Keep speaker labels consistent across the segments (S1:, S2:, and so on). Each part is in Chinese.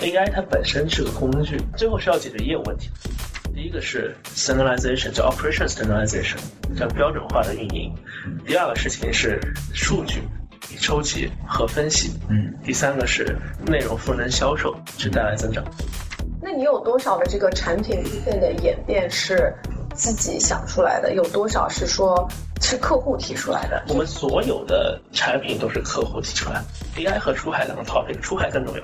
S1: AI 它本身是个工具，最后是要解决业务问题的。第一个是 standardization，叫 operation standardization，叫标准化的运营。第二个事情是数据收集和分析。
S2: 嗯，
S1: 第三个是内容赋能销售，去带来增长。
S3: 那你有多少的这个产品路线的演变是自己想出来的？有多少是说是客户提出来的？
S1: 我们所有的产品都是客户提出来的，AI 和出海两个 topic，出海更重要。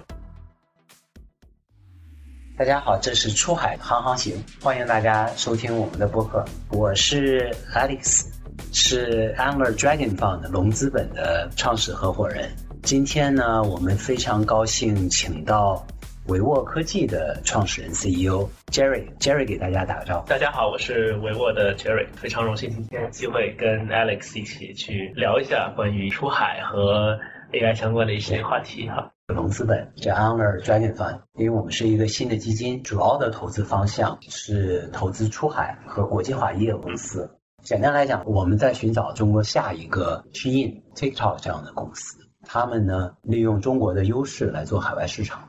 S2: 大家好，这是出海航航行，欢迎大家收听我们的播客。我是 Alex，是 Angler Dragon Fund 龙资本的创始合伙人。今天呢，我们非常高兴请到维沃科技的创始人 CEO Jerry，Jerry 给大家打个招呼。
S1: 大家好，我是维沃的 Jerry，非常荣幸今天有机会跟 Alex 一起去聊一下关于出海和 AI 相关的一些话题哈。
S2: 龙资本这 Angler Dragon Fund，因为我们是一个新的基金，主要的投资方向是投资出海和国际化业务公司。简单来讲，我们在寻找中国下一个 Shein、TikTok 这样的公司，他们呢利用中国的优势来做海外市场。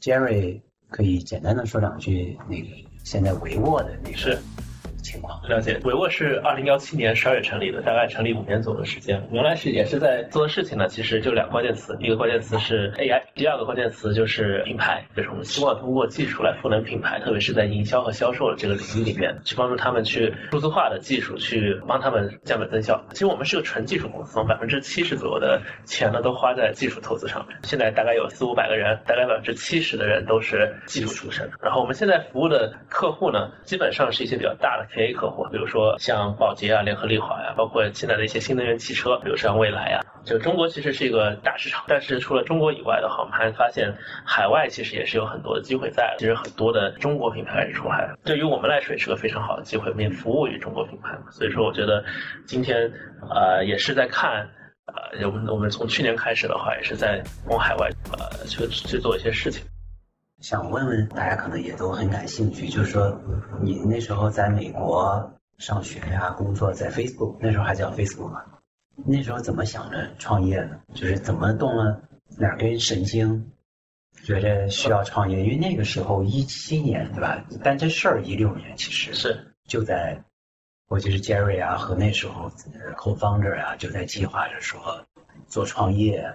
S2: Jerry 可以简单的说两句那个现在维沃的那
S1: 是
S2: 个情况。
S1: 了解，维沃是二零幺七年十二月成立的，大概成立五年左右的时间。原来是也是在做的事情呢，其实就两个关键词，一个关键词是 AI，第二个关键词就是品牌，就是我们希望通过技术来赋能品牌，特别是在营销和销售这个领域里面，去帮助他们去数字化的技术，去帮他们降本增效。其实我们是个纯技术公司，百分之七十左右的钱呢都花在技术投资上面。现在大概有四五百个人，大概百分之七十的人都是技术出身。然后我们现在服务的客户呢，基本上是一些比较大的 KA 客户，比如说像宝洁啊、联合利华呀、包括现在的一些新能源汽车，比如像蔚来呀、就中国其实是一个大市场，但是除了中国以外的话，我们还发现海外其实也是有很多的机会在。其实很多的中国品牌出海，对于我们来说也是个非常好的机会，我们也服务于中国品牌嘛。所以说，我觉得今天呃也是在看。呃，我们我们从去年开始的话，也是在往海外呃去去做一些事情。
S2: 想问问大家，可能也都很感兴趣，就是说你那时候在美国上学呀、工作，在 Facebook 那时候还叫 Facebook 嘛，那时候怎么想着创业呢？就是怎么动了哪根神经，觉着需要创业？因为那个时候一七年对吧？但这事儿一六年其实
S1: 是
S2: 就在，我就是 Jerry 啊和那时候呃 co-founder 啊就在计划着说做创业，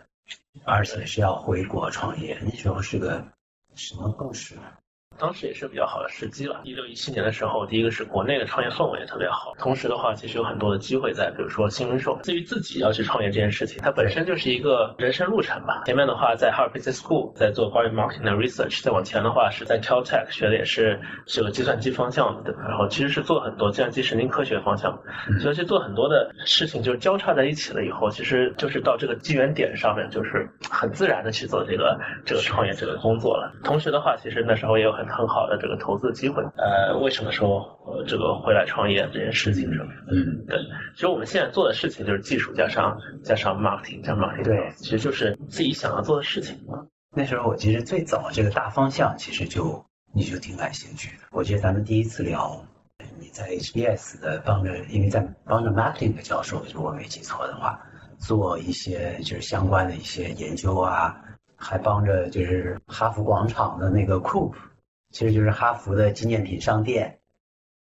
S2: 而且是要回国创业。那时候是个什么啊故事呢？
S1: 当时也是比较好的时机了。一六一七年的时候，第一个是国内的创业氛围也特别好，同时的话，其实有很多的机会在，比如说新零售。至于自己要去创业这件事情，它本身就是一个人生路程吧。前面的话，在哈尔 Business School 在做关于 marketing 的 research，再往前的话是在 Caltech 学的也是这个计算机方向的，对吧然后其实是做很多计算机神经科学方向，所以去做很多的事情就是交叉在一起了以后，其实就是到这个机缘点上面，就是很自然的去做这个这个创业这个工作了。同时的话，其实那时候也有很很好的这个投资机会。呃，为什么说呃这个回来创业这件事情上面？
S2: 嗯，
S1: 对，其实我们现在做的事情就是技术加上加上 marketing 加 marketing，
S2: 对
S1: 其实就是自己想要做的事情嘛。
S2: 那时候我其实最早这个大方向其实就你就挺感兴趣的。我记得咱们第一次聊，你在 HBS 的帮着，因为在帮着 marketing 的教授，如果没记错的话，做一些就是相关的一些研究啊，还帮着就是哈佛广场的那个 Coop，其实就是哈佛的纪念品商店。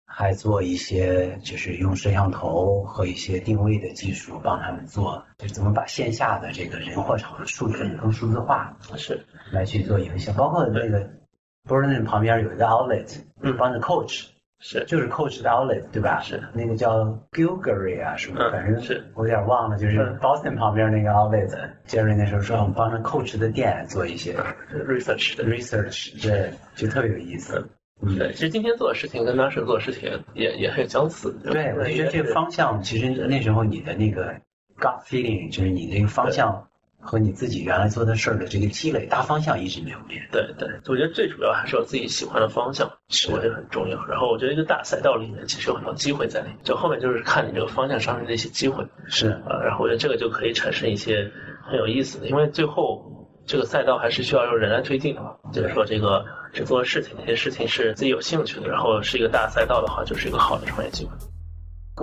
S2: 还做一些就是用摄像头和一些定位的技术帮他们做，就是怎么把线下的这个人货场的数据更数字化，
S1: 是，
S2: 来去做营销，包括那个 Burton 旁边有一个 outlet，
S1: 嗯
S2: 帮着 Coach，
S1: 是，
S2: 就是 Coach 的 outlet 对吧？
S1: 是
S2: 那个叫 Gilgery 啊什么，
S1: 嗯
S2: 反正
S1: 是
S2: 我有点忘了，就是
S1: 嗯
S2: Boston 旁边那个 outlet，Jerry 那时候说我们帮着 Coach 的店做一
S1: 嗯
S2: 些
S1: research 的
S2: research，对，就特别有意思。嗯
S1: 对，其实今天做的事情跟当时做的事情也也很相似。
S2: 对，我觉得这个
S1: 方
S2: 方向，其实那时候你的那个 gut feeling，就是你这个方向和你自己原来做的事儿的这个积累，大方向一直没有变。
S1: 对对，我觉得最主要还是有自己喜欢的方向，
S2: 是
S1: 我觉得很重要。然后我觉得一个大赛道里面其实有很多机会在里面，就后面就是看你这个方向上面的一些机会
S2: 是，
S1: 啊。然后我觉得这个就可以产生一些很有意思的，因为最后。这个赛道还是需要用人来推进的嘛，就是说这个是做事情，这些事情是自己有兴趣的，然后是一个大赛道的话，就是一个好的创业机会。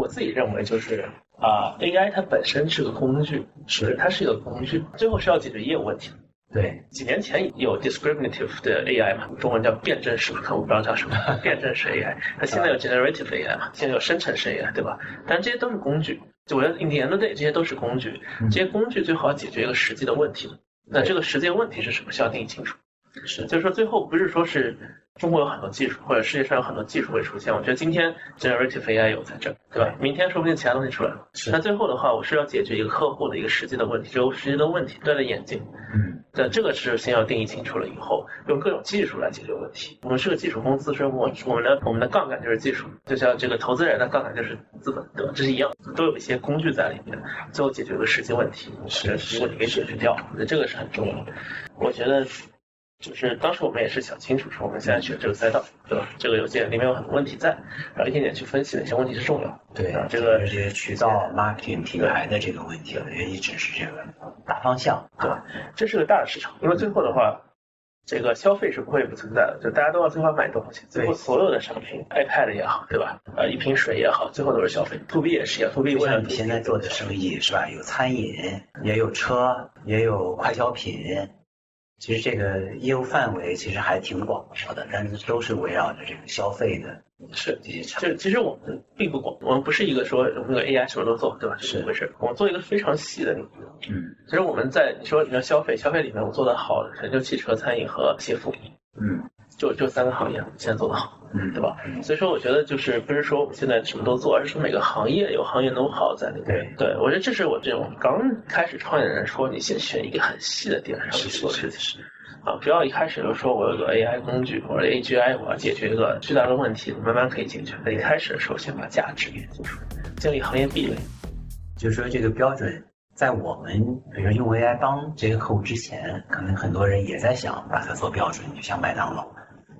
S1: 我自己认为就是啊、a i 它本身是个工具，
S2: 是
S1: 它是一个工具，最后是要解决业务问题的。
S2: 对，
S1: 几年前有 discriminative 的 AI 嘛，中文叫辩证式，我不知道叫 什么，辩证式 AI。那现在有 generative AI 嘛，现在有生成式 AI，对吧？但这些都是工具，就我觉得 in the end of the day，这些都是工具，
S2: 嗯
S1: 这些工具最好解决一个实际的问题。那这个实际的问题是什么？需要定义清楚。
S2: 是
S1: 就是说，最后不是说是中国有很多技术，或者世界上有很多技术会出现。我觉得今天 generative AI 有在这儿，对吧？明天说不定其他东西出来了。
S2: 嗯是
S1: 那最后的话，我是要解决一个客户的一个实际的问题，就是实际的问题对了眼睛。
S2: 嗯
S1: 那这个是先要定义清楚了以后，用各种技术来解决问题。我们是个技术公司，所以我我们的我们的杠杆就是技术，就像这个投资人的杠杆就是资本，对吧？这是一样，都有一些工具在里面，最后解决个实际问题。
S2: 是
S1: 这如果你给解决掉，那这个是很重要的。我觉得。就是当时我们也是想清楚说我们现在选这个赛道，对吧？这个邮件里面有很多问题在，然后一点点去分析哪些问题是重要。
S2: 对
S1: 啊，这个
S2: 个这些渠道 marketing 品牌的这个问题，我觉得一直是这个大方向，对吧？
S1: 这是个大的市场，因为最后的话，这个消费是不会不存在的，就大家都要最后要买东西，最后
S2: 对
S1: 所有的商品，iPad 也好，对吧？呃，一瓶水也好，最后都是消费。To B 也是一样，To B
S2: 就
S1: 为了
S2: 像你现在做的
S1: 是，
S2: 生意是吧？有餐饮，也有车，也有快消品。其实这个业务范围其实还挺广阔的，但是都是围绕着这个消费的
S1: 是
S2: 这些产
S1: 就
S2: 品。
S1: 是其实我们并不广，我们不是一个说我们有 AI 什么都做，对吧？
S2: 是
S1: 这不回事。我们做一个非常细的领域。
S2: 嗯
S1: 其实我们在你说你要消费，消费里面我做的好的可能就汽车、餐饮和鞋服，
S2: 嗯
S1: 就这三个行业现在做的好。
S2: 嗯，
S1: 对吧？所以说，我觉得就是不是说我们现在什么都做，而是说每个行业有行业 know how 在里面。对，我觉得这是我这种刚开始创业的人说，你先选一个很细的点上去
S2: 是
S1: 做
S2: 是
S1: 事
S2: 是
S1: 情
S2: 是，
S1: 啊，不要一开始就说我有个 AI 工具或者 AGI，我要解决一个巨大的问题，慢慢可以解决。那一开始的时候，先把价值给做出来，建立行业壁垒。
S2: 就是说这个标准，在我们比如说用 AI 帮这个客户之前，可能很多人也在想把它做标准，就像麦当劳。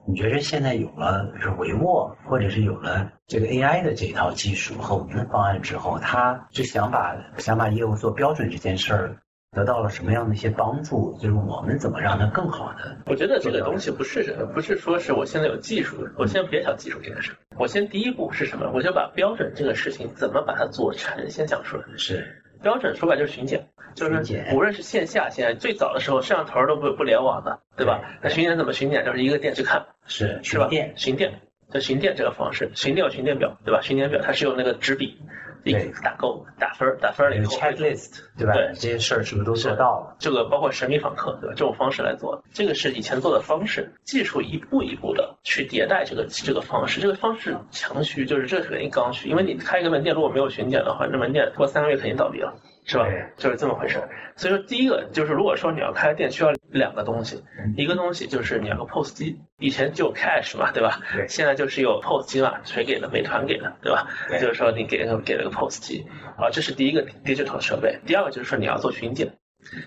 S2: 你觉得现在有了比如说维沃，或者是有了这个 AI 的这一套技术和我们的方案之后，他就想把想把业务做标准这件事儿得到了什么样的一些帮助？就是我们怎么让它更好的？
S1: 我觉得这个东西不是不是说是我现在有技术，我先别想技术这件事儿，我先第一步是什么？我先把标准这个事情怎么把它做成先讲出来。
S2: 是
S1: 标准说白就是巡检，就是
S2: 巡检
S1: 无论是线下，现在最早的时候摄像头都不不联网的，对吧？那巡检怎么巡检？就是一个店去看，
S2: 是
S1: 是吧？
S2: 店
S1: 巡店，就巡店这个方式，巡店有巡店表，对吧？巡店表它是用那个纸笔，一
S2: 对
S1: 打勾打分儿，打分儿了以
S2: 有
S1: 后
S2: checklist 对吧？
S1: 对
S2: 这些事儿是不是都做到了？
S1: 这个包括神秘访客，对吧？这种方式来做，这个是以前做的方式，技术一步一步的去迭代这个这个方式，这个方式强需，就是这是肯定刚需，因为你开一个门店如果没有巡检的话，那门店过三个月肯定倒闭了。是吧
S2: 对？
S1: 就是这么回事儿。所以说，第一个就是，如果说你要开店，需要两个东西
S2: 嗯，
S1: 一个东西就是你要个 POS 机，以前就有 cash 嘛，对吧？
S2: 对
S1: 现在就是有 POS 机嘛，谁给的？美团给的，对吧？
S2: 对
S1: 就是说你给了个给了个 POS 机，啊，这是第一个 digital 设备。第二个就是说你要做巡检，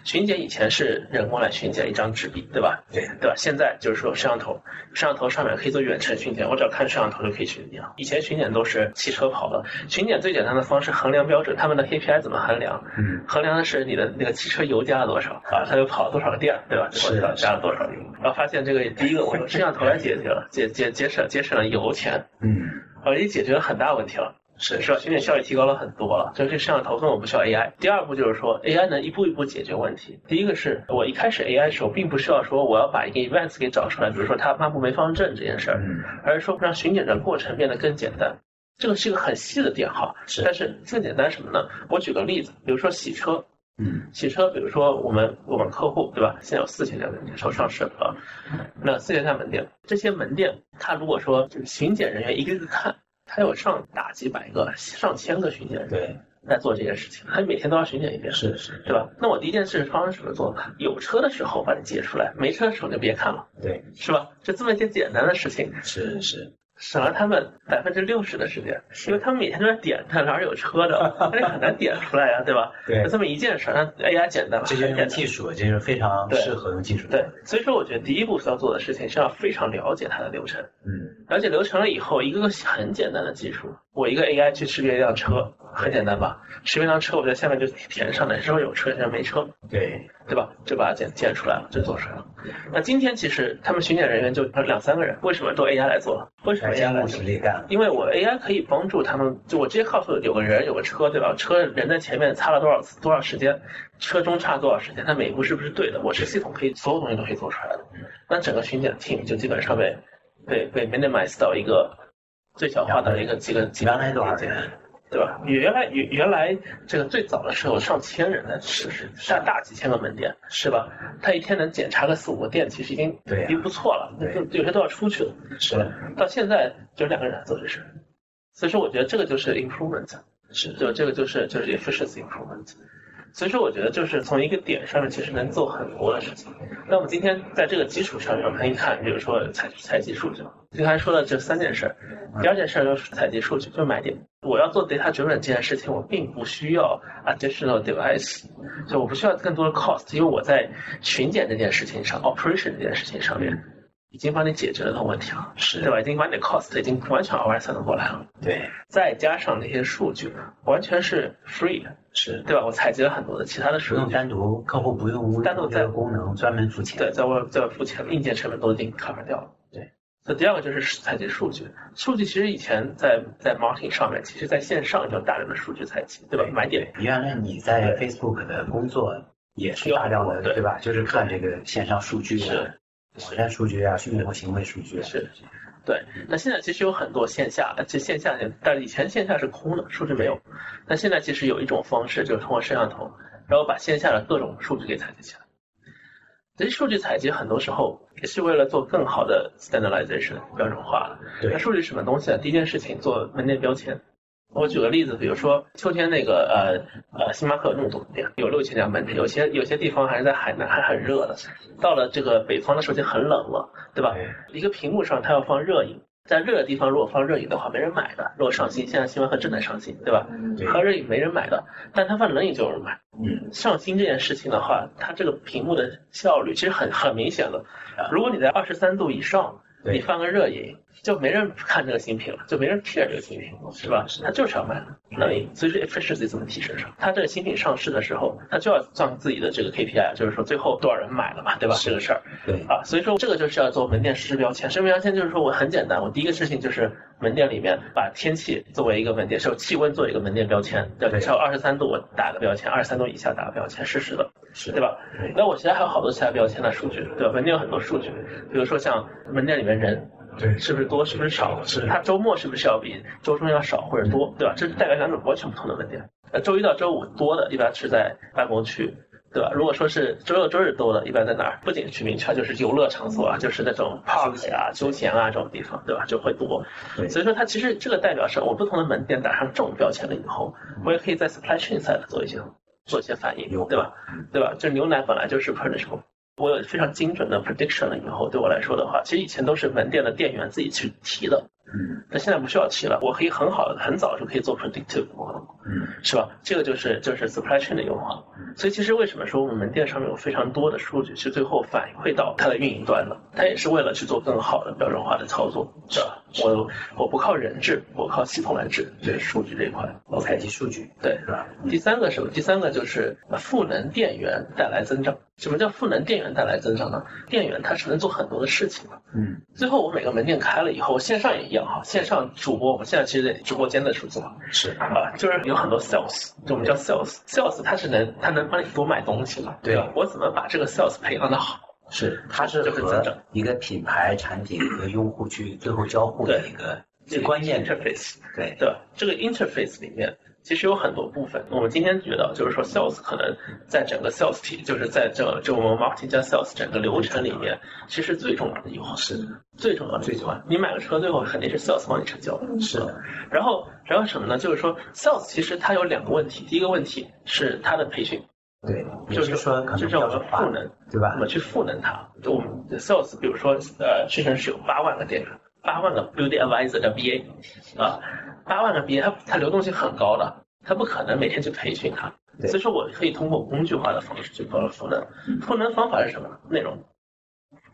S1: 巡检以前是人工来巡检一张纸币，对吧？
S2: 对
S1: 对吧？现在就是说摄像头，摄像头上面可以做远程巡检，我只要看摄像头就可以巡检。以前巡检都是汽车跑的，巡检最简单的方式衡量标准，他们的 KPI 怎么衡量？
S2: 嗯，
S1: 衡量的是你的那个汽车油加了多少啊，它就跑了多少个店，对吧？
S2: 是
S1: 或者加了多少油，然后发现这个第一个我用摄像头来解决了，节节节省节省了油钱，
S2: 嗯，
S1: 啊，已经解决了很大问题了。
S2: 是
S1: 是吧？巡检效率提高了很多了，就是这摄像头根本不需要 AI。第二步就是说，AI 能一步一步解决问题。第一个是我一开始 AI 的时候，并不需要说我要把一个 events 给找出来，比如说他漫步没方向证这件事儿，
S2: 嗯
S1: 而是说让巡检的过程变得更简单。这个是一个很细的点哈，
S2: 是
S1: 但是更简单什么呢？我举个例子，比如说洗车，
S2: 嗯
S1: 洗车，比如说我们我们客户对吧？现在有四千家门店，手上市了，啊那四千家门店，这些门店，他如果说就是巡检人员一个一个看，他有上大几百个、上千个巡检人员
S2: 对
S1: 在做这件事情，他每天都要巡检一遍，
S2: 是是
S1: 对吧？那我第一件事方式怎么做？有车的时候把你截出来，没车的时候就别看了，
S2: 对
S1: 是吧？就这么一件简单的事情，
S2: 是是。
S1: 省了他们百分之六十的时间，因为他们每天都在点看哪儿有车的，那你很难点出来呀、啊对吧？
S2: 对
S1: 就这么一件事，那 AI 简单了，
S2: 这就是
S1: 很
S2: 用
S1: 简单
S2: 技术，这是非常
S1: 对
S2: 适合用技术
S1: 对
S2: 的。，
S1: 所以说我觉得第一步需要做的事情是要非常了解它的流程，
S2: 嗯，
S1: 了解流程了以后，一个个很简单的技术，我一个 AI 去识别一辆车，很简单吧？识别一辆车，我在下面就填上哪时候有车，哪时候没车，
S2: 对，
S1: 对吧？就把它检检出来了，就做出来了。那今天其实他们巡检人员就两三个人，为什么都 AI 来做？为什么
S2: 还
S1: AI
S2: 真
S1: 来
S2: 务
S1: 做
S2: 实？力干了。
S1: 因为我 AI 可以帮助他们，就我直接告诉有个人有个车，对吧？车人在前面擦了多少次多少时间，车中差多少时间，它每一步是不是对的？我是系统可以所有东西都可以做出来的。那整个巡检 team 就基本上被被被 minimize 到一个最小化的一个几个几个
S2: 原来多少人？
S1: 对吧？原来原原来这个最早的时候上千人的是是大大几千个门店是吧？他一天能检查个四五个店，其实已经
S2: 对呀啊
S1: 已经不错了，
S2: 对
S1: 就有些都要出去了。
S2: 是的，
S1: 到现在就两个人来做这事，所以说我觉得这个就是 improvement，
S2: 是的，
S1: 就这个就是就是 efficiency improvement。所以说我觉得就是从一个点上面其实能做很多的事情。那我们今天在这个基础上面，我们可以看，比如说采采集数据，你刚才说的这三件事儿，第二件事儿就是采集数据，就是买点。我要做 data driven 这件事情，我并不需要 additional device，所以我不需要更多的 cost，因为我在巡检这件事情上，operation 这件事情上面已经帮你解决了那问题了。
S2: 是
S1: 对
S2: 的，
S1: 吧？已经把你的 cost 已经完全 overset 过来了，
S2: 对，
S1: 再加上那些数据，完全是 free 的，
S2: 是的
S1: 对吧？我采集了很多的其他的
S2: 不
S1: 数
S2: 用
S1: 据，
S2: 单独，客户不用
S1: 单独
S2: 这
S1: 在
S2: 个功能专门付钱。
S1: 对，在我在我付钱，硬件成本都已经 cover 掉了。
S2: 对，
S1: 那第二个就是采集数据，数据其实以前在在 marketing 上面，其实在线上就有大量的数据采集，对吧？买点
S2: 原来你在 Facebook 的工作也是大量的，
S1: 对
S2: 对吧？就是看这个线上数据啊
S1: 是、
S2: 网站数据啊、运动行为数据啊。
S1: 是对，那现在其实有很多线下，呃其实线下，但是以前线下是空的，数据没有。但现在其实有一种方式，就是通过摄像头，然后把线下的各种数据给采集起来。这些数据采集很多时候也是为了做更好的 standardization 标准化。那
S2: 对，
S1: 数据是什么东西呢？第一件事情做门店标签。我举个例子，比如说秋天那个呃呃星巴克有那么多店，有六千家门店，有些有些地方还是在海南还很热的，到了这个北方的时候就很冷了，对吧？
S2: 对
S1: 一个屏幕上它要放热饮，在热的地方如果放热饮的话，没人买的。如果上新，现在星巴克正在上新，对吧？
S2: 对
S1: 喝热饮没人买的，但它放冷饮就有人买。
S2: 嗯，
S1: 上新这件事情的话，它这个屏幕的效率其实很很明显的。如果你在二十三度以上，
S2: 啊对
S1: 你放个热饮，就没人看这个新品了，就没人 care 这个新品，是吧？他就是要卖冷饮，所以这 efficiency 怎么提升上？它这个新品上市的时候，它就要算自己的这个 KPI，就是说最后多少人买了嘛，对吧？
S2: 是
S1: 这个事儿。
S2: 对，
S1: 啊，所以说这个就是要做门店实时标签。实时标签就是说我很简单，我第一个事情就是门店里面把天气作为一个门店，是有气温作为一个门店标签，对吧，
S2: 对
S1: 只要二十三度我打个标签，二十三度以下打个标签，实时的，
S2: 是
S1: 对？吧
S2: 对？
S1: 那我现在还有好多其他标签的数据，对吧？门店有很多数据，比如说像门店里面人。
S2: 对
S1: 是不是多？是不是少？
S2: 是
S1: 他周末是不是要比周中要少或者多，对吧？这是代表两种完全不同的门店。那呃周一到周五多的，一般是在办公区，对吧？如果说是周六周日多的，一般在哪儿？不仅是民区，啊，就是游乐场所啊，就是那种 park 啊、休闲啊这种地方，对吧？就会多。
S2: 对
S1: 所以说它其实这个代表是我不同的门店打上这种标签了以后，我也可以在 supply chain side 做一些做一些反应
S2: 有，
S1: 对吧？对吧？就牛奶本来就是 predictable。我有非常精准的 prediction 了以后，对我来说的话，其实以前都是门店的店员自己去提的，
S2: 嗯
S1: 但现在不需要提了，我可以很好的、很早就可以做 predictive 活动。
S2: 嗯，
S1: 是吧？这个就是就是 supply chain 的优化。所以其实为什么说我们门店上面有非常多的数据，是最后反馈到它的运营端的，它也是为了去做更好的标准化的操作，是吧？我我不靠人治，我靠系统来治，这是数据这一块。
S2: 我采
S1: OK，
S2: 集数据，
S1: 对。
S2: 是吧？
S1: 第三个是什么？第三个就是赋能电源带来增长。什么叫赋能电源带来增长呢？电源它是能做很多的事情的。
S2: 嗯，
S1: 最后我每个门店开了以后，线上也一样哈，线上主播我们现在其实直播间的数字嘛，
S2: 嗯是，
S1: 啊，就是有很多 sales，就我们叫 sales，sales 它是能它能帮你多卖东西嘛，
S2: 对啊
S1: 吧？我怎么把这个 sales 培养的好？
S2: 是，它是
S1: 就是增
S2: 和
S1: 长
S2: 一个品牌、产品和用户去最后交互的一个最
S1: 这
S2: 关键的，
S1: interface，
S2: 对，
S1: 对吧？这个 interface 里面其实有很多部分，我们今天觉得就是说 sales 可能在整个 sales 体，就是在这就我们 marketing 加 sales 整个流程里面，其实最重要的一环
S2: 是的，
S1: 最重要的
S2: 最
S1: 一
S2: 重要
S1: 环。你买个车，最后肯定是 sales 帮你成交的，
S2: 是的，
S1: 然后，然后什么呢？就是说，sales 其实它有两个问题。第一个问题是它的培训，
S2: 对，也
S1: 嗯就是
S2: 是说可
S1: 就
S2: 能
S1: 是我嗯们
S2: 标准化
S1: 赋，能，
S2: 对
S1: 怎
S2: 吧
S1: 么？去赋能它？就我们的 sales，比如说，呃，屈臣氏有八万个店员，八万个 beauty advisor 的 BA 啊，八万个 BA，它它流动性很高的，它不可能每天去培训它。
S2: 对
S1: 所以说，我可以通过工具化的方式去赋能赋能。赋能方法是什么呢？内容。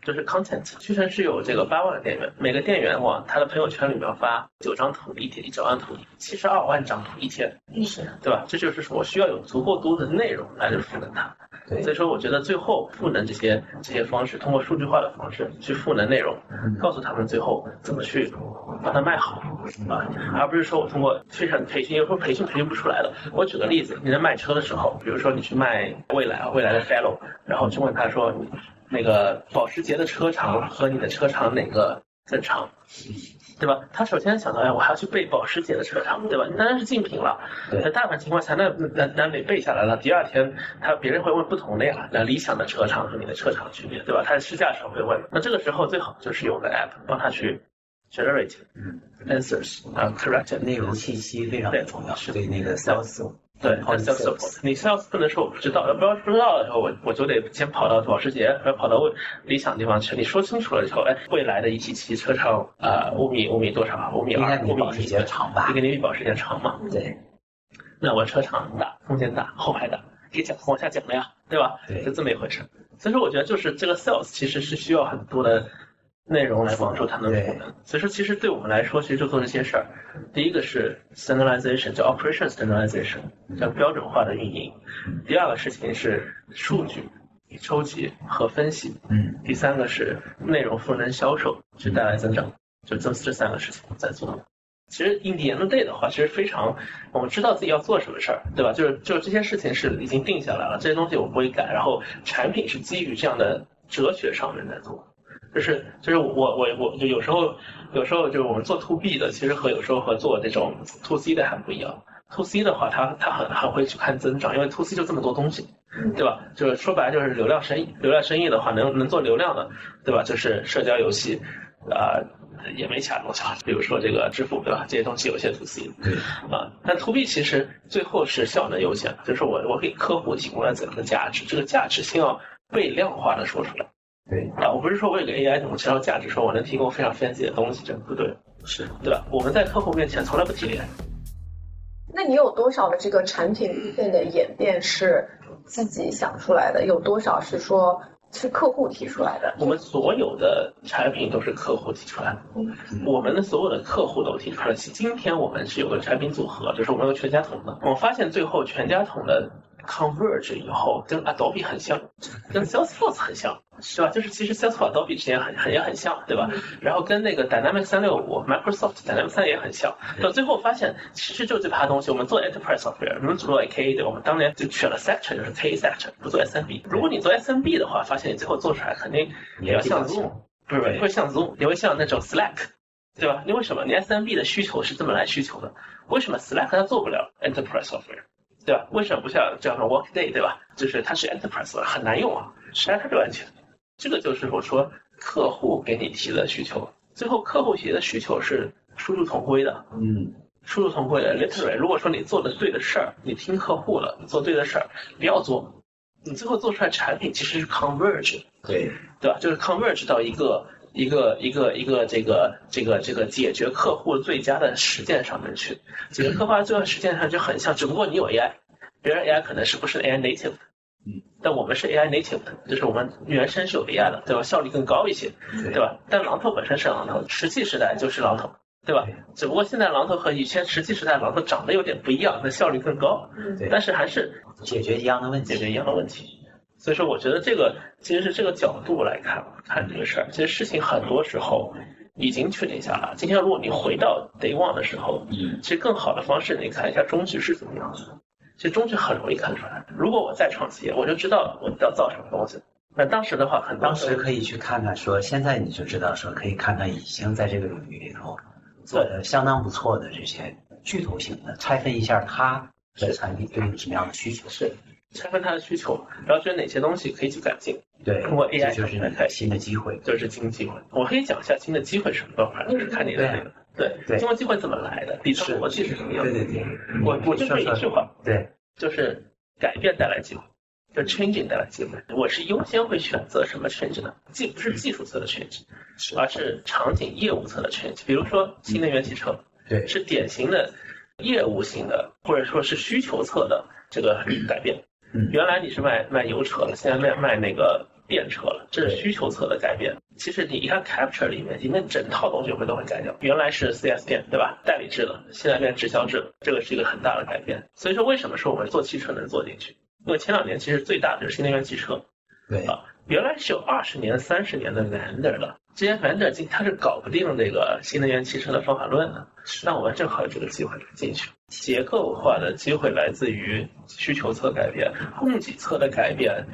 S1: 就是 content。屈臣氏有这个八万个店员，每个店员往他的朋友圈里面发九张图一天，九万图，七十二万张图一天，
S3: 是
S1: 对吧？这就是说我需要有足够多的内容来赋能它。
S2: 对
S1: 所以说，我觉得最后赋能这些这些方式，通过数据化的方式去赋能内容，
S2: 嗯
S1: 告诉他们最后怎么去把它卖好啊，而不是说我通过非常培训，有时候培训培训不出来的。我举个例子，你在卖车的时候，比如说你去卖蔚来，啊蔚来的 Fellow，然后去问他说，那个保时捷的车长和你的车长哪个更长？对吧？他首先想到，哎，我还要去背保时捷的车长，对吧？你当然是竞品了，
S2: 对
S1: 在大部分情况下，那那那得背下来了。第二天，他别人会问不同的呀，那理想的车长和你的车长区别，对吧？他试驾时候会问。那这个时候最好就是有个 app 帮他去 generate
S2: 嗯
S1: answers 啊，correct
S2: 内容信息非常的重要，对那个 sales
S1: 对
S2: How to
S1: ，self
S2: sell
S1: support。你 sales 不能说我不知道，要不要不知道的时候，我我就得先跑到保时捷，然后跑到未理想地方去。你说清楚了之后，哎，未来的一七七车长啊，呃五米五米多少啊？五米
S2: 应该
S1: 二，
S2: 比
S1: 五米
S2: 保时捷长吧
S1: 一？个你比保时捷长嘛？
S2: 对
S1: 那我车长大，空间大，后排大，可以讲往下讲了呀，对吧？
S2: 对
S1: 就这么一回事。所以说，我觉得就是这个 sales 其实是需要很多的内容来帮助他们
S2: 对
S1: 赋能。所以说，其实对我们来说，其实就做这些事儿。第一个是 standardization，叫 operation standardization，叫
S2: 嗯
S1: 标准化的运营。第二个事情是数据收集和分析。
S2: 嗯，
S1: 第三个是内容赋能销售，去带来增长。就这这三个事情在做。其实 in the end of the day 的话，其实非常，我们知道自己要做什么事儿，对吧？就是就是这些事情是已经定下来了，这些东西我不会改。然后产品是基于这样的哲学上面在做，就是就是我我我就有时候有时候就是我们做 to B 的，其实和有时候和做那种 to C 的还不一样。to C 的话，它它很很会去看增长，因为 to C 就这么多东西，对吧？就是说白了就是流量生意，流量生意的话，能能做流量的，对吧？就是社交游戏，啊、也没其他东西了，比如说这个支付，对吧？这些东西有些 to C
S2: 对
S1: 啊，但 to B 其实最后是效能优先，就是我我给客户提供了怎样的价值，这个价值先要被量化的说出来
S2: 对
S1: 啊，我不是说我有个 AI 怎么提到价值，说我能提供非常 fancy 的东西，这不对，
S2: 是，
S1: 对吧？我们在客户面前从来不提炼，
S3: 那你有多少的这个产品路线的演变是自己想出来的？有多少是说是客户提出来的？
S1: 我们所有的产品都是客户提出来的，我们的所有的客户都提出来。今天我们是有个产品组合，就是我们有全家桶的。我们发现最后全家桶的 Converge 以后跟 Adobe 很像，跟 Salesforce 很像，是吧？就是其实 Salesforce、Adobe 之间很很也很像，对吧？然后跟那个 Dynamics 三六五、Microsoft Dynamics 三也很像。到最后发现，其实就这趴东西，我们做 Enterprise Software，我们做 AKA 对吧，我们当年就选了 Sector，就是 KA Sector，不做 SMB。如果你做 SMB 的话，发现你最后做出来肯定也要像 Zoom，不是
S2: 对
S1: 你会像 Zoom，你会像那种 Slack，对吧？因为什么？你 SMB 的需求是这么来需求的，为什么 Slack 它做不了 Enterprise Software，对吧？为什么不像叫做 Workday，对吧？就是它是 Enterprise，很难用啊，但是它是完全。这个就是我说客户给你提的需求，最后客户提的需求是殊途同归的，
S2: 嗯，
S1: 殊途同归的 literally。如果说你做的对的事儿，你听客户了，你做对的事儿，不要做，你最后做出来产品其实是 converge，
S2: 对
S1: 对吧？就是 converge 到一个一个一个一个这个这个这个解决客户最佳的实践上面去，解决客户最佳实践上就很像，只不过你有 AI，别人 AI 可能是不是 AI native 的。
S2: 嗯，
S1: 但我们是 AI native 的，就是我们原生是有 AI 的，对吧？效率更高一些。对
S2: 对
S1: 吧？但榔头本身是榔头，石器时代就是榔头，对吧
S2: 对？
S1: 只不过现在榔头和以前石器时代榔头长得有点不一样，那效率更高，
S3: 嗯
S2: 对
S1: 但是还是
S2: 解决一样的问
S1: 解决
S2: 题，
S1: 一样的问题。所以说，我觉得这个其实是这个角度来看啊看这个事儿。其实事情很多时候已经确定下来了。今天如果你回到 day one 的时候，
S2: 嗯，
S1: 其实更好的方式，你看一下中局是怎么样的。其实中局很容易看出来。如果我再创业，我就知道我要造什么东西。那当时的话，很多
S2: 当时可以去看看说，现在你就知道说，可以看看已经在这个领域里头做的相当不错的这些巨头型的，拆分一下它的产品对应什么样的需求，
S1: 是拆分他的需求，然后觉得哪些东西可以去改进，
S2: 对，
S1: 通过
S2: 这
S1: AI
S2: 就是你的新的机会，
S1: 这是新机会。我可以讲一下新的机会是什么办法，就是看你的那个对
S2: 对
S1: 新的机会怎么来的，底层
S2: 是
S1: 逻辑是什么样
S2: 对
S1: 的。
S2: 对对，
S1: 我
S2: 你
S1: 我就
S2: 说
S1: 这一
S2: 说
S1: 句话，
S2: 对
S1: 就是改变带来机会，就 changing 带来机会。我是优先会选择什么 change 呢？既不是技术侧的 change，
S2: 是
S1: 而是场景业务侧的 change。比如说新能源汽车，
S2: 对
S1: 是典型的业务性的，或者说是需求侧的这个改变。
S2: 嗯
S1: 原来你是卖卖油车的，现在卖卖那个电车了，这是需求侧的改变。其实你一看 Capture 里面，里面整套东西会都会改掉。原来是 4S 店，对吧？代理制的，现在变直销制了，这个是一个很大的改变。所以说，为什么说我们做汽车能做进去？因为前两年其实最大的就是新能源汽车，
S2: 对
S1: 啊原来是有二十年、三十年的 vendor 的，这些 vendor 进他是搞不定这个新能源汽车的方法论的。那我们正好有这个机会进去。结构化的机会来自于需求侧改变，供给侧的改变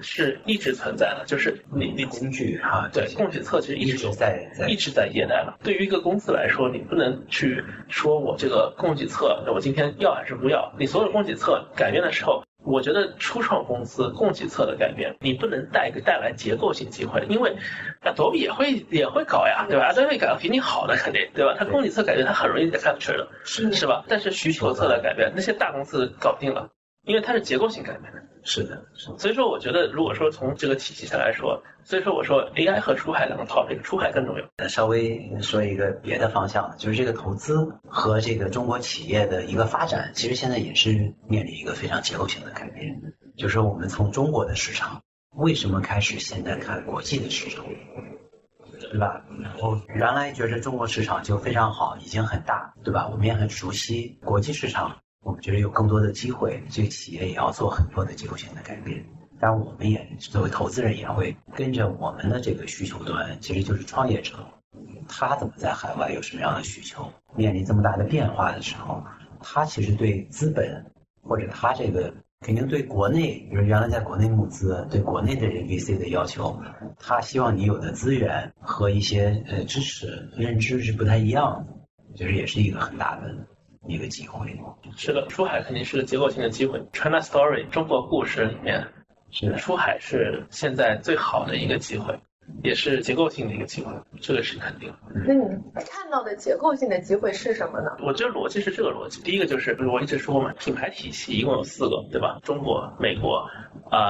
S1: 是一直存在的，就是你你
S2: 工具啊，
S1: 对
S2: 这些
S1: 供给侧其实一
S2: 一
S1: 直
S2: 直
S1: 有
S2: 在在
S1: 一直在业内了。对于一个公司来说，你不能去说我这个供给侧，我今天要还是不要。你所有供给侧改变的时候，我觉得初创公司供给侧的改变，你不能带个带来结构性机会，因为 Adobe 也会也会搞呀，对吧？Adobe 搞得比你好的肯定，对吧？它供给侧改变，它很容易 capture 的，
S3: 是
S1: 是吧？但是需求侧的改变，那些大公司搞不定了，因为它是结构性改变。
S2: 是的，是的，
S1: 所以说，我觉得如果说从这个体系上来说，所以说我说 AI 和出海两个 topic，出海更重要。
S2: 那稍微说一个别的方向，就是这个投资和这个中国企业的一个发展，其实现在也是面临一个非常结构性的改变。就是我们从中国的市场，为什么开始现在看国际的市场，对吧？然后原来觉得中国市场就非常好，已经很大，对吧？我们也很熟悉国际市场，我们觉得有更多的机会，这个企业也要做很多的结构性的改变。但我们也作为投资人，也会跟着我们的这个需求端，其实就是创业者，他怎么在海外有什么样的需求，面临这么大的变化的时候，他其实对资本或者他这个肯定对国内，比如原来在国内募资，对国内的人 VC 的要求，他希望你有的资源和一些呃知识认知是不太一样的，我觉得也是一个很大的一个机会。
S1: 是的，出海肯定是个结构性的机会。China Story 中国故事里面，
S2: 是的，
S1: 出海是现在最好的一个机会，也是结构性的一个机会，这个是肯定的。
S3: 那你看到的结构性的机会是什么呢？
S1: 我觉得逻辑是这个逻辑。第一个就是我一直说嘛，品牌体系一共有四个，对吧？中国、美国、呃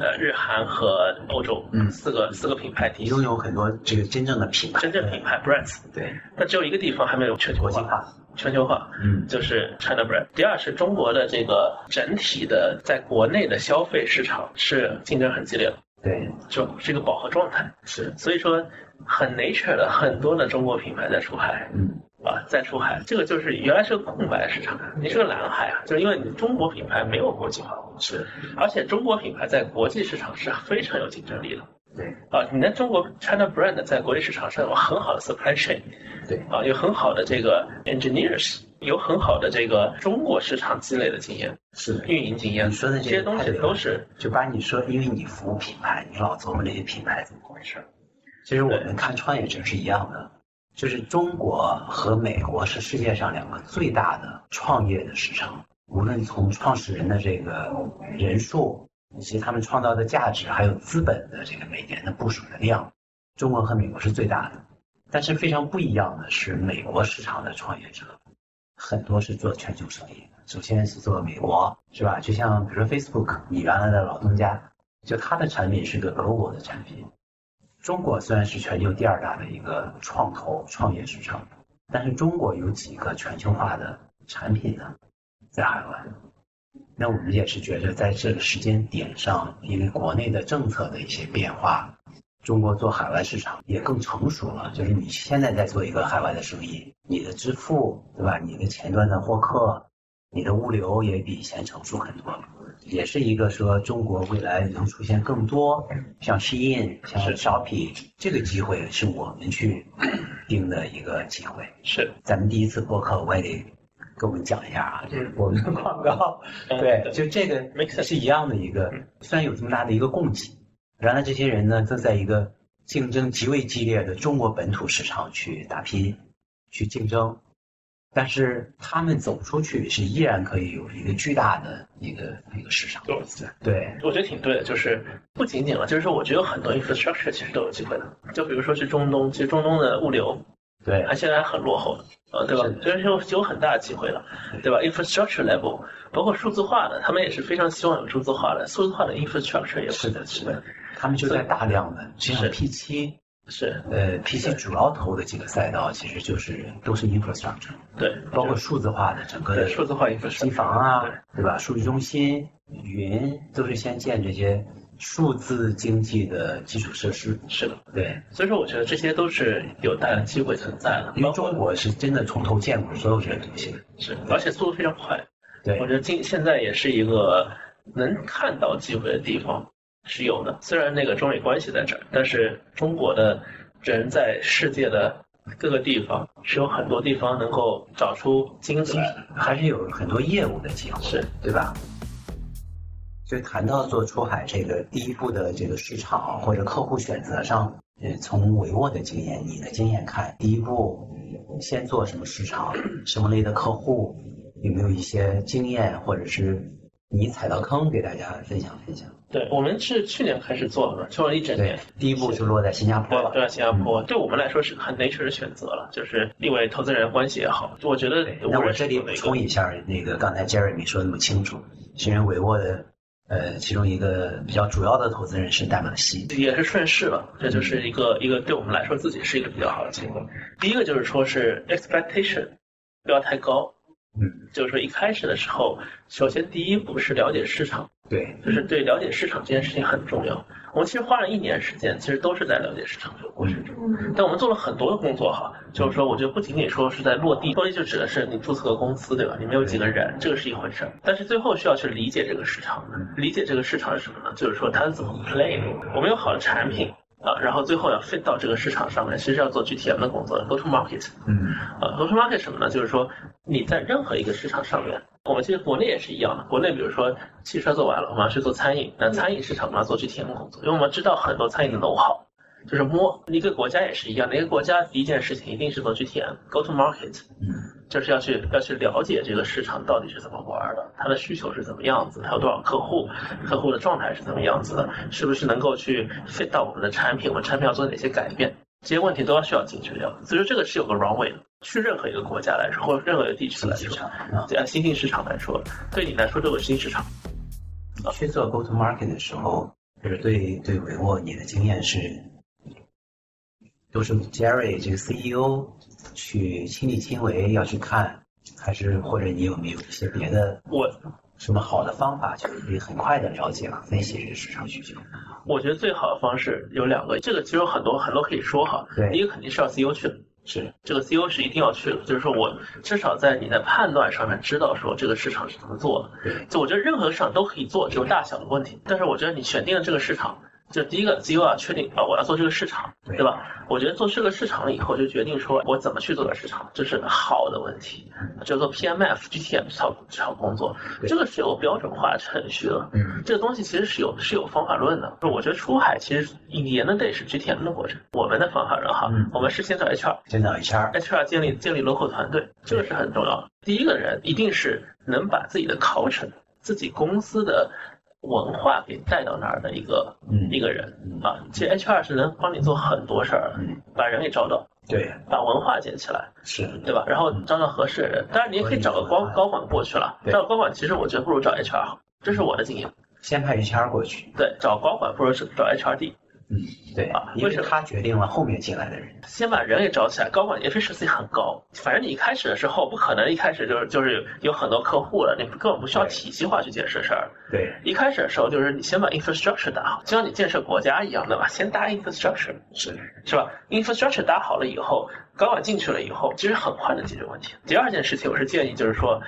S1: 呃日韩和欧洲，
S2: 嗯
S1: 四个四个品牌体系
S2: 拥，有很多这个真正的品牌，
S1: 真正品牌 brands。
S2: 对
S1: 那只有一个地方还没有全球
S2: 国际
S1: 化，
S2: 化，
S1: 全球化，
S2: 嗯，
S1: 就是 China brand。第二是中国的这个整体的在国内的消费市场是竞争很激烈的，
S2: 对，
S1: 就是一个饱和状态。
S2: 是，
S1: 所以说，很 nature 的很多的中国品牌在出海
S2: 嗯，
S1: 啊，在出海，这个就是原来是个空白的市场，你是个蓝海啊，就是因为你中国品牌没有国际化，
S2: 是，
S1: 而且中国品牌在国际市场是非常有竞争力的。
S2: 对
S1: 啊，你的中国 China brand 在国际市场上有很好的 supply chain，
S2: 对，
S1: 啊，有很好的这个 engineers，有很好的这个中国市场积累的经验、
S2: 是的。
S1: 运营经验
S2: 你，说的
S1: 这
S2: 这
S1: 些
S2: 个
S1: 东
S2: 太
S1: 西
S2: 对了
S1: 都是
S2: 就把你说，因为你服务品牌，你老琢磨这些品牌怎么回事儿。其实我们看创业者是一样的，就是中国和美国是世界上两个最大的创业的市场，无论从创始人的这个人数，以及他们创造的价值，还有资本的这个每年的部署的量，中国和美国是最大的。但是非常不一样的是，美国市场的创业者很多是做全球生意的，首先是做美国，是吧？就像比如说 Facebook，你原来的老东家，就它的产品是个 global 的产品。中国虽然是全球第二大的一个创投创业市场，但是中国有几个全球化的产品呢，在海外。那我们也是觉得，在这个时间点上，因为国内的政策的一些变化，中国做海外市场也更成熟了。就是你现在在做一个海外的生意，你的支付，对吧？你的前端的获客，你的物流也比以前成熟很多了。也是一个说中国未来能出现更多像 Shein、像 Shopee 这个机会，是我们去定的一个机会。
S1: 是
S2: 咱们第一次播客，我也得跟我们讲一下啊，这是我们的广告。
S1: 嗯
S2: 对，就这个
S1: Make sense
S2: 是一样的一个
S1: 嗯，
S2: 虽然有这么大的一个供给，然而这些人呢，都在一个竞争极为激烈的中国本土市场去打拼、去竞争，但是他们走出去是依然可以有一个巨大的一个一个市场。
S1: 对对
S2: 对，
S1: 我觉得挺对的，就是不仅仅了，就是说，我觉得有很多 infrastructure 其实都有机会的。就比如说去中东，其实中东的物流
S2: 对，
S1: 还现在还很落后的，呃，对吧
S2: 是？的
S1: 所以说有很大的机会了，对吧？infrastructure level，包括数字化的，他们也是非常希望有数字化的，数字化的 infrastructure 也有
S2: 是的，
S1: 机
S2: 是
S1: 会
S2: 的，他们就在大量的，就像
S1: 是
S2: P 七，
S1: 是
S2: 呃，P 七主要投的几个赛道，其实就是都是 infrastructure，
S1: 对，
S2: 包括数字化的整个
S1: 对
S2: 的
S1: 数字化
S2: 机啊
S1: infrastructure
S2: 房啊，对吧？数据中心、云都是先建这些数字经济的基础设施。
S1: 是的，
S2: 对，
S1: 所以说我觉得这些都是有大的机会存在的，
S2: 因为中国是真的从头见过所有这些东西。
S1: 是，而且速度非常快。
S2: 对
S1: 我，觉得今现在也是一个能看到机会的地方是有的。虽然那个中美关系在这儿，但是中国的人在世界的各个地方是有很多地方能够找出金子
S2: 其实
S1: 来的。
S2: 还是有很多业务的机会。
S1: 是，
S2: 对吧？所以谈到做出海这个第一步的这个市场或者客户选择上，呃，从维沃的经验，你的经验看，第一步呃先做什么市场，什么类的客户，有没有一些经验，或者是你踩到坑给大家分享分享？
S1: 对，我们是去年开始做的嘛，做了一整
S2: 对
S1: 年。，
S2: 第一步就落在新加坡
S1: 对，
S2: 了。嗯
S1: 对，新加坡、对我们来说是很 nature 的选择了，就是因为投资人关系也好，我觉得
S2: 对，那我这里补充一下，那个刚才 Jeremy 说那么清楚，是因为维沃的呃其中一个比较主要的投资人是戴马西，
S1: 也是顺势了，这
S2: 嗯
S1: 就是一个一个对我们来说自己是一个比较好的机会。第一个就是说是 expectation 不要太高，
S2: 嗯，
S1: 就是说一开始的时候，首先第一步是了解市场，
S2: 对，
S1: 就是对了解市场这件事情很重要。我们其实花了一年时间，其实都是在了解市场这个过程中。
S3: 嗯，
S1: 但我们做了很多的工作哈，就是说，我觉得不仅仅说是在落地，落地就指的是你注册个公司，对吧？里面有几个人，这个是一回事儿。但是最后需要去理解这个市场，理解这个市场是什么呢？就是说它是怎么 play 的。我们有好的产品啊，然后最后要 fit 到这个市场上面，其实要做 GTM 的工作，go to market。
S2: 嗯。
S1: 呃 g o t market 是什么呢？就是说你在任何一个市场上面，我们其实国内也是一样的。国内比如说汽车做完了，我们要去做餐饮，那餐饮市场我们要做 GTM 工作，因为我们知道很多餐饮的 know how，就是摸一个国家也是一样的，一个国家第一件事情一定是做 GTM，go to market，
S2: 嗯
S1: 就是要去要去了解这个市场到底是怎么玩的，它的需求是怎么样子，它有多少客户，客户的状态是怎么样子的，是不是能够去 fit 到我们的产品，我们产品要做哪些改变，这些问题都要需要解决掉。所以说这个是有个 runway 的，去任何一个国家来说，或者任何一个地，区
S2: 新
S1: 来
S2: 市
S1: 说，
S2: 场啊，
S1: 对按新兴市场来说，对你来说都有新市场。
S2: 你去做 go to market 的时候，就是对对维沃，你的经验是，都是 Jerry 这个 CEO 去亲力亲为要去看，还是或者你有没有一些别的
S1: 我
S2: 什么好的方法，就可以很快的了解和分析这个市场需求？
S1: 我觉得最好的方式有两个，这个其实有很多很多可以说哈。
S2: 对
S1: 第一个肯定是要 CEO 去的，
S2: 是，
S1: 这个 CEO 是一定要去的，就是说我至少在你的判断上面知道说这个市场是怎么做的。
S2: 对，
S1: 就我觉得任何市场都可以做，只有大小的问题。但是我觉得你选定了这个市场，就第一个 CEO 要确定啊，我要做这个市场，
S2: 对
S1: 对吧？我觉得做这个市场了以后，就决定说我怎么去做这个市场，这是好的问题，就是做 PMF、GTM 这套这套工作，
S2: 对
S1: 这个是有标准化程序的。
S2: 嗯，
S1: 这个东西其实是有是有方法论的。我觉得出海其实也能得是 GTM 的过程。我们的方法论哈，
S2: 嗯
S1: 我们是先找 HR，
S2: 先找 HR，
S1: HR 建立建立 local 团队，这个是很重要的。第一个人一定是能把自己的 culture、自己公司的文化给带到那儿的一个、
S2: 嗯
S1: 一个人啊。其实 HR 是能帮你做很多事儿的，
S2: 嗯
S1: 把人给招到，
S2: 对，
S1: 把文化建起来，
S2: 是，
S1: 对吧？然后招到合适的人，当然你也可以找个高
S2: 嗯
S1: 高管过去了。
S2: 对
S1: 找高管其实我觉得不如找 HR 好，这是我的经验。
S2: 先派 HR 过去，
S1: 对，找高管不如是找 HRD，
S2: 嗯，对
S1: 啊，
S2: 因
S1: 为
S2: 为
S1: 什么
S2: 他决定了后面进来的人。
S1: 先把人给找起来，高管 efficiency 很高。反正你一开始的时候不可能一开始就是就是有很多客户了，你根本不需要体系化去解释事儿。
S2: 对，
S1: 一开始的时候就是你先把 infrastructure 搭好，就像你建设国家一样的吧，先搭 infrastructure
S2: 是，
S1: 是吧？infrastructure 搭好了以后，高管进去了以后，其实很快能解决问题。第二件事情，我是建议就是说。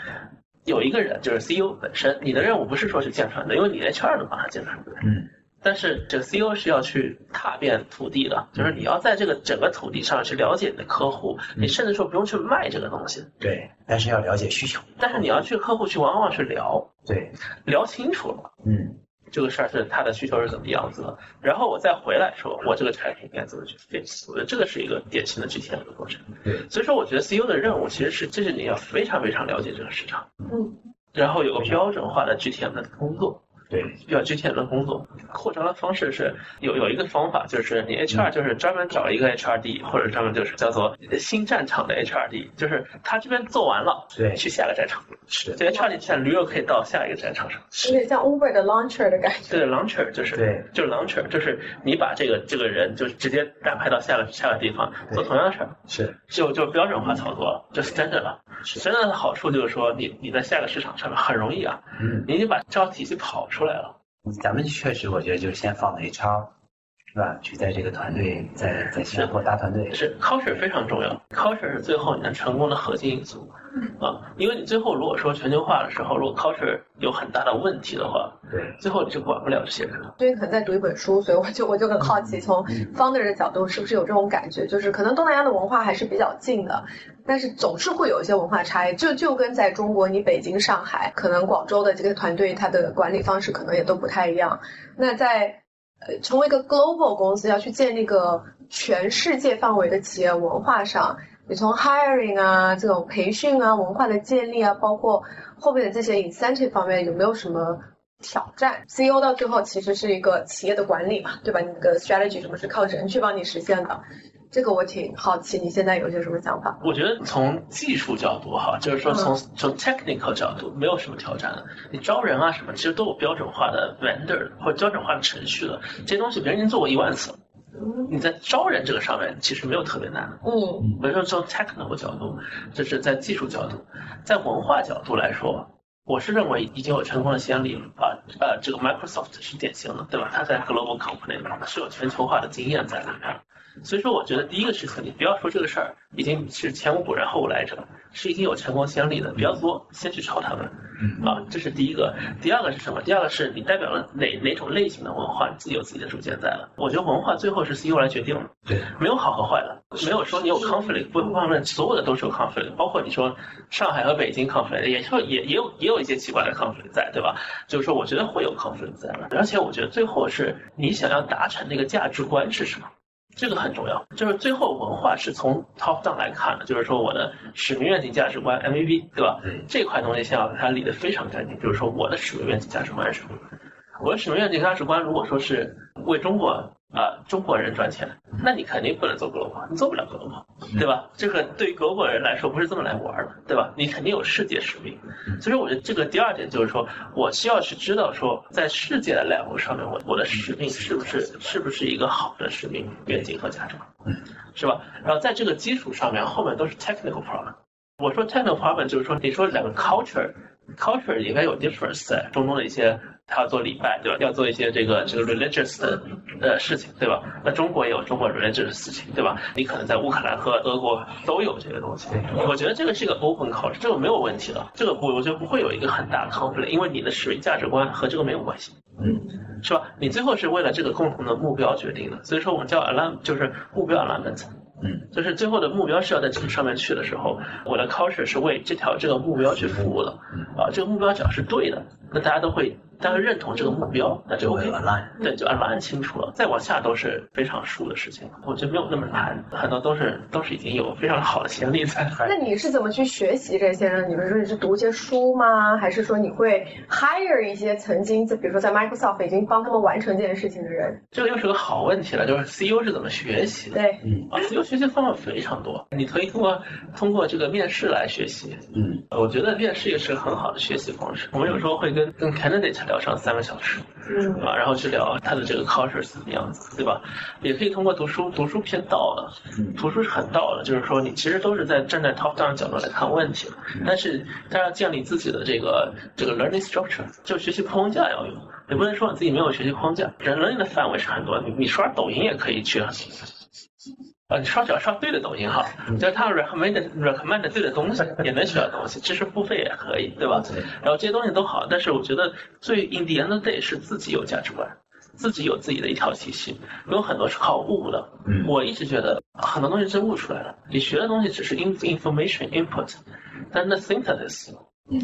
S1: 有一个人就是 CEO 本身，你的任务不是说去建团队，因为你 HR 能帮他建团队，
S2: 嗯，
S1: 但是这个 CEO 是要去踏遍土地的，就是你要在这个整个土地上去了解你的客户，
S2: 嗯
S1: 你甚至说不用去卖这个东西，
S2: 对，但是要了解需求。
S1: 但是你要去客户去往往去聊，
S2: 对，
S1: 聊清楚了
S2: 嗯，
S1: 这个事儿是他的需求是怎么样子的，然后我再回来说我这个产品应该怎么去 fix，我觉得这个是一个典型的 GTM 的过程。
S2: 对，
S1: 所以说我觉得 CEO 的任务其实是，这是你要非常非常了解这个市场，
S3: 嗯，
S1: 然后有个标准化的 GTM 的工作，
S2: 对，
S1: 要具体的工作。扩张的方式是有有一个方法，就是
S2: 嗯
S1: 你 HR 就是专门找一个 HRD，或者专门就是叫做新战场的 HRD，就是他这边做完了，
S2: 对
S1: 去下个战场。
S2: 是，
S1: 这 HRD 战驴肉可以到下一个战场上。
S3: 有点像 Uber 的 launcher 的感觉。
S1: 对，launcher 就是
S2: 对，
S1: 就是 launcher，就是你把这个这个人就直接打派到下个下个地方
S2: 对
S1: 做同样的事儿，
S2: 是，
S1: 就就标准化操作了，就是真的了。
S2: 是
S1: 真的的好处就是说，你你在下个市场上面很容易啊，
S2: 嗯，
S1: 你已经把这套体系跑出来了。
S2: 咱们确实我觉得就是先放了 HR，是吧？去在这个团队在在新加坡搭团队，
S1: 是 culture 非常重要，culture 是最后你能成功的核心因素啊，因为你最后如果说全球化的时候，如果 culture 有很大的问题的话，
S2: 对，
S1: 最后你就管不了这些人了。
S3: 最近可能在读一本书，所以我就我就很好奇，从
S2: 嗯
S3: founder 的角度是不是有这种感觉？就是可能东南亚的文化还是比较近的，但是总是会有一些文化差异。就就跟在中国，你北京、上海，可能广州的这个团队，它的管理方式可能也都不太一样。那在呃成为一个 global 公司，要去建立一个全世界范围的企业文化上，你从 hiring 啊、这种培训啊、文化的建立啊，包括后面的这些 incentive 方面，有没有什么挑战？CEO 到最后其实是一个企业的管理嘛，对吧？你的 strategy 什么是靠人去帮你实现的？这个我挺好奇，你现在有些什么想法？
S1: 我觉得从技术角度哈，就是说从从 technical 角度没有什么挑战的。你招人啊什么，其实都有标准化的 vendor 或者标准化的程序了，这些东西别人已经做过一万次了。你在招人这个上面其实没有特别难的。
S3: 嗯
S1: 比如说从 technical 角度，这是在技术角度，在文化角度来说，我是认为已经有成功的先例了啊。呃，这个 Microsoft 是典型的，对吧？它在 global company 里面是有全球化的经验在里面。所以说，我觉得第一个事情，你不要说这个事儿已经是前无古人后无来者，是已经有成功先例的，不要作，先去抄他们。
S2: 嗯
S1: 啊，这是第一个。第二个是什么？第二个是你代表了哪哪种类型的文化，你自己有自己的主见在了。我觉得文化最后是 CEO 来决定的。
S2: 对，
S1: 没有好和坏的，没有说你有 conflict，不不方面所有的都是有 conflict，包括你说上海和北京 conflict，也是也也有也有一些奇怪的 conflict 在，对吧？就是说，我觉得会有 conflict 在的，而且我觉得最后是你想要达成那个价值观是什么。这个很重要，就是最后文化是从 top down 来看的，就是说我的使命、愿景、价值观 MVP，对吧？
S2: 对
S1: 这块东西先要把它理得非常干净，就是说我的使命、愿景、价值观是什么？我的使命、愿景、价值观，如果说是为中国啊、呃中国人赚钱，那你肯定不能做 global，你做不了 global，对吧？这个对于德国人来说不是这么来玩儿的，对吧？你肯定有世界使命，所以说我觉得这个第二点就是说，我需要去知道说，在世界的 level 上面，我我的使命是不是是不是一个好的使命、愿景和价值观，是吧？然后在这个基础上面，后面都是 technical problem。我说 technical problem 就是说，你说两个 culture。culture 里面有 difference 在中东的一些，他要做礼拜，对吧？要做一些这个这个 religious 的呃事情，对吧？那中国也有中国 religious 的事情，对吧？你可能在乌克兰和俄国都有这个东西。我觉得这个是一个 open culture，这个没有问题的，这个我我觉得不会有一个很大的 conflict，因为你的使命价值观和这个没有关系。是吧？你最后是为了这个共同的目标决定的，所以说我们叫 align，就是目标 alignment。
S2: 嗯，
S1: 就是最后的目标是要在这个上面去的时候，我的 culture 是为这条这个目标去服务的，
S2: 嗯
S1: 啊，这个目标只要是对的，那大家都会，大家认同这个目标，那就
S2: 我
S1: OK
S2: 有
S1: 了。
S2: online，
S1: 对，就 align 清楚了，再往下都是非常熟的事情，我觉得没有那么难，很多都是都是已经有非常好的先例在。
S3: 那你是怎么去学习这些呢？你比如说你是读一些书吗？还是说你会 hire 一些曾经就比如说在 Microsoft 已经帮他们完成这件事情的人？
S1: 这个又是个好问题了，就是 CEO 是怎么学习的？
S3: 对，
S2: 嗯
S1: 啊，CEO 学习方法非常多，你可以通过通过这个面试来学习，呃
S2: 嗯，
S1: 我觉得面试也是个很好的学习方式。我们有时候会跟跟 candidate 聊上三个小时
S3: 嗯
S1: 啊，然后去聊他的这个 culture 是怎么样子，对吧？也可以通过读书，读书偏道了，
S2: 嗯
S1: 读书是很道的，就是说你其实都是在站在 top down 的角度来看问题，但是他要建立自己的这个这个 learning structure，就学习框架要有。你不能说你自己没有学习框架，人 learning 的范围是很多，你你刷抖音也可以去啊，你刷只要刷对的抖音哈，只要他 recommend recommend 对的东西，也能学到东西，知识付费也可以，对吧？
S2: 对，
S1: 然后这些东西都好，但是我觉得最 in the end of the day 是自己有价值观，自己有自己的一条体系，有很多是靠悟的。
S2: 嗯
S1: 我一直觉得很多东西是悟出来的，你学的东西只是 in information input，但那 synthesis
S2: 嗯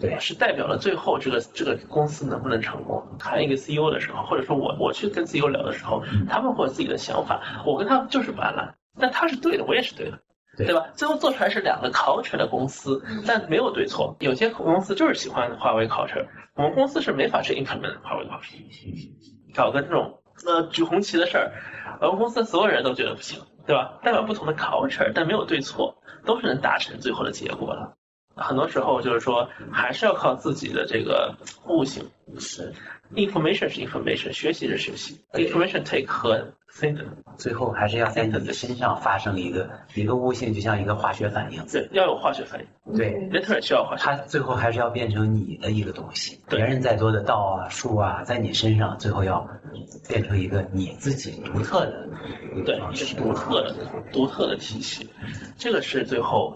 S2: 对，
S1: 是代表了最后这个这个公司能不能成功。看一个 CEO 的时候，或者说我我去跟 CEO 聊的时候，
S2: 嗯
S1: 他们会有自己的想法，我跟他们就是不安了，但他是对的，我也是对的。
S2: 对嗯
S1: 对吧？最后做出来是两个 culture 的公司，但没有对错。有些公司就是喜欢华为 culture，我们公司是没法去 implement 华为 culture，搞个这种呃举红旗的事儿，我们公司所有人都觉得不行，对吧？代表不同的 culture，但没有对错，都是能达成最后的结果的。很多时候就是说还是要靠自己的这个悟性。
S2: 是
S1: Information 是 information，学习是学习
S2: 对
S1: ，information take 和 think。
S2: 最后还是要在你的身上发生一个一个悟性，就像一个化学反应，
S1: 对，要有化学反应
S2: 对，
S1: ，literally 需要化学反
S2: 它最后还是要变成你的一个东西。
S1: 对
S2: 别人再多的道啊、术啊，在你身上最后要变成一个你自己独特的一
S1: 应，
S2: 个
S1: 对，
S2: 方
S1: 这
S2: 式
S1: 是。独特的、独特的体系，这个是最后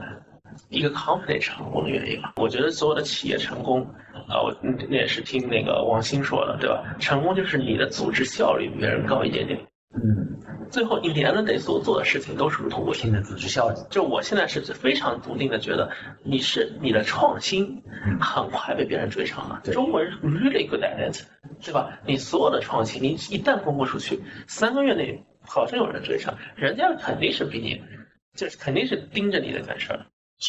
S1: 一个 company 成功的原因了。我觉得所有的企业成功，啊、我嗯那也是听那个王兴说的，对吧？成功就是你的组织效率比别人高一点点，
S2: 嗯，
S1: 最后你连的得所做的事情都是如同我
S2: 拼的组织效率。
S1: 就我现在是非常笃定的觉得，你是你的创新
S2: 嗯
S1: 很快被别人追上了。
S2: 对
S1: 中国人 really good at it，对吧？你所有的创新，你一旦公布出去，三个月内好像有人追上，人家肯定是比你，就是肯定是盯着你的干事儿。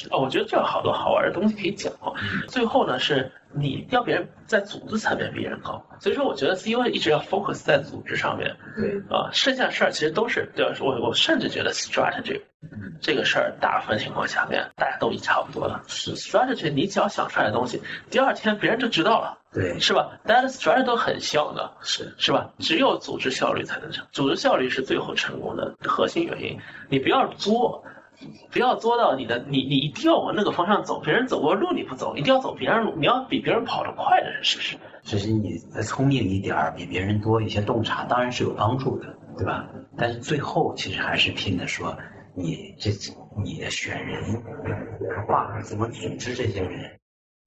S1: 哦，我觉得这有好多好玩的东西可以讲哦。
S2: 嗯
S1: 最后呢，是你要别人在组织层面比人高，所以说我觉得 CEO 一直要 focus 在组织上面，
S3: 嗯
S1: 啊，剩下事儿其实都是对吧？我我甚至觉得 strategy 嗯这个事儿，大部分情况下面大家都已差不多了。
S2: 是
S1: strategy 你只要想出来的东西，第二天别人就知道了，
S2: 对，
S1: 是吧？大家的 strategy 都很像的，
S2: 是
S1: 是吧？只有组织效率才能成，组织效率是最后成功的核心原因。你不要作，不要作到你的，你你一定要往那个方向走，别人走过的路你不走，一定要走别人路，你要比别人跑得快的人试试。
S2: 只是你再聪明一点儿，比别人多一些洞察，当然是有帮助的，对吧？但是最后其实还是拼的说，你这你的选人、文化怎么组织这些人，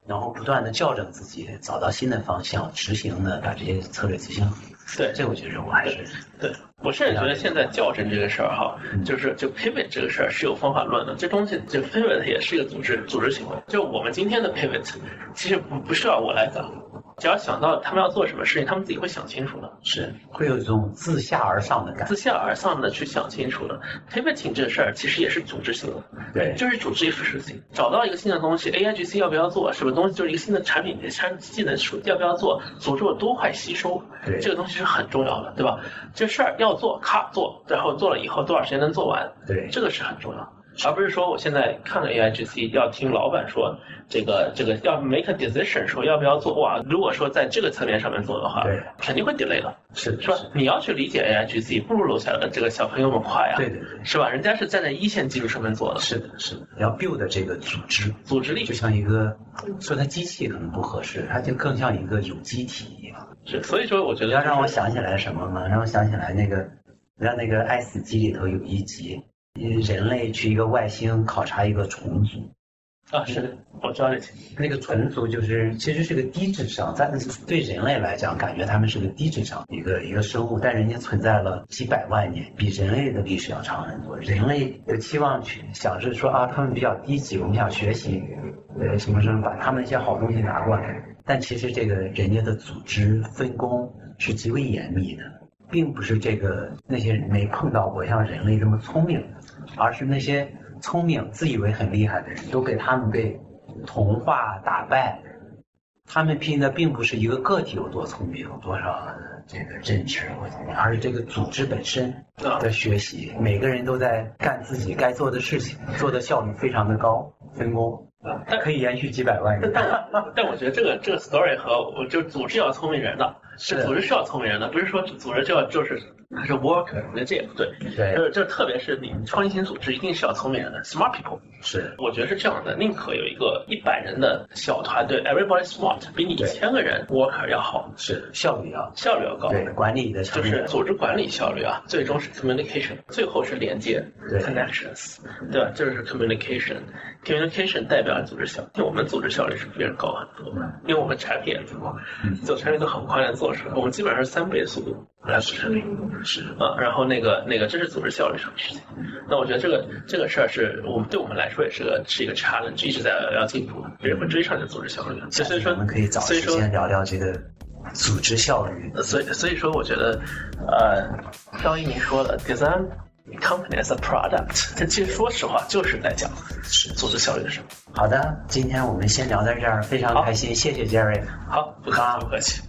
S2: 然后不断的校正自己，找到新的方向，执行呢把这些策略执行好。
S1: 对，
S2: 这我觉得我还是
S1: 对，我甚至觉得现在校正这个事儿哈，就是就 pivot 这个事儿是有方法论的。这东西就 pivot 也是一个组织组织行为。就我们今天的 pivot，其实不不需要我来搞，只要想到他们要做什么事情，他们自己会想清楚的。
S2: 是会有一种自下而上的感觉。
S1: 自下而上的去想清楚了。Pivoting 这事儿其实也是组织性的，
S2: 对
S1: 就是组织一事情，找到一个新的东西，AIGC 要不要做，什么东西就是一个新的产品产技能树要不要做，组织有多快吸收，
S2: 对
S1: 这个东西是很重要的，对吧？这事儿要做，咔做，然后做了以后多少时间能做完，
S2: 对
S1: 这个是很重要。而不是说我现在看了 AIGC 要听老板说这个这个要 make a decision 说要不要做哇，如果说在这个层面上面做的话
S2: 对，
S1: 肯定会 delay 的。
S2: 是的
S1: 是吧？你要去理解 AIGC，不如楼下的这个小朋友们快啊，
S2: 对对对，
S1: 是吧？人家是站在一线技术上面做的，
S2: 是的，是的，要 build 这个组织，
S1: 组织力
S2: 就像一个说它机器可能不合适，它就更像一个有机体一样。
S1: 是，所以说我觉得
S2: 你知道让我想起来什么吗？让我想起来那个，让那个《爱死机》里头有一集，人类去一个外星考察一个虫族，
S1: 啊，是，我知道这些，
S2: 那个虫族就是其实是个低智商，但是对人类来讲，感觉他们是个低智商一个一个生物，但人家存在了几百万年，比人类的历史要长很多。人类的期望去想是说啊，他们比较低级，我们想学习，呃，什么什么，把他们一些好东西拿过来。但其实这个人家的组织分工是极为严密的，并不是这个那些人没碰到过像人类这么聪明的，而是那些聪明自以为很厉害的人都给他们被同化打败。他们拼的并不是一个个体有多聪明、有多少这个认知或怎么样，而是这个组织本身
S1: 啊
S2: 的学习。每个人都在干自己该做的事情，做的效率非常的高，分工
S1: 但
S2: 可以延续几百万人。
S1: 但我觉得这个这个 story 和我就组织要聪明人的，
S2: 是
S1: 是组织是要聪明人的，不是说组织就要就是还是 worker，我觉得这也不对，
S2: 对
S1: 就，是就是特别是你创新型组织一定是要聪明人的，smart people。
S2: 是
S1: 我觉得是这样的，宁可有一个一百人的小团队，everybody smart，比你一
S2: 对
S1: 千个人 worker 要好，
S2: 是效率要
S1: 效率要高。
S2: 对管理的
S1: 就
S2: 成
S1: 是
S2: 本
S1: 组织管理效率啊，最终是 communication，最后是连接
S2: 对
S1: connections，对吧？这就是 communication。communication 代表组织效率，因为我们组织效率是比别人高很多
S2: 嗯
S1: 的，因为我们产品也多，做产品都很快的做出来，我们基本上是三倍速度来做产品。
S2: 是
S1: 啊，然后那个那个，这是组织效率上的事情。
S2: 嗯
S1: 那我觉得这个这个事儿是我们对我们来说也是个是一个 challenge，一直在要进步，别人会追上这组织效率。
S2: 下
S1: 所以
S2: 次
S1: 说，
S2: 嗯咱们可以找
S1: 所以
S2: 时
S1: 说
S2: 间聊聊这个组织效率。
S1: 所以所以说，我觉得，呃，张一鸣说的 design company as a product，这其实说实话就是在讲组织效率的事儿。
S2: 好的，今天我们先聊到这儿，非常
S1: 好
S2: 开心，谢谢 Jerry。
S1: 好，不客气，不客气。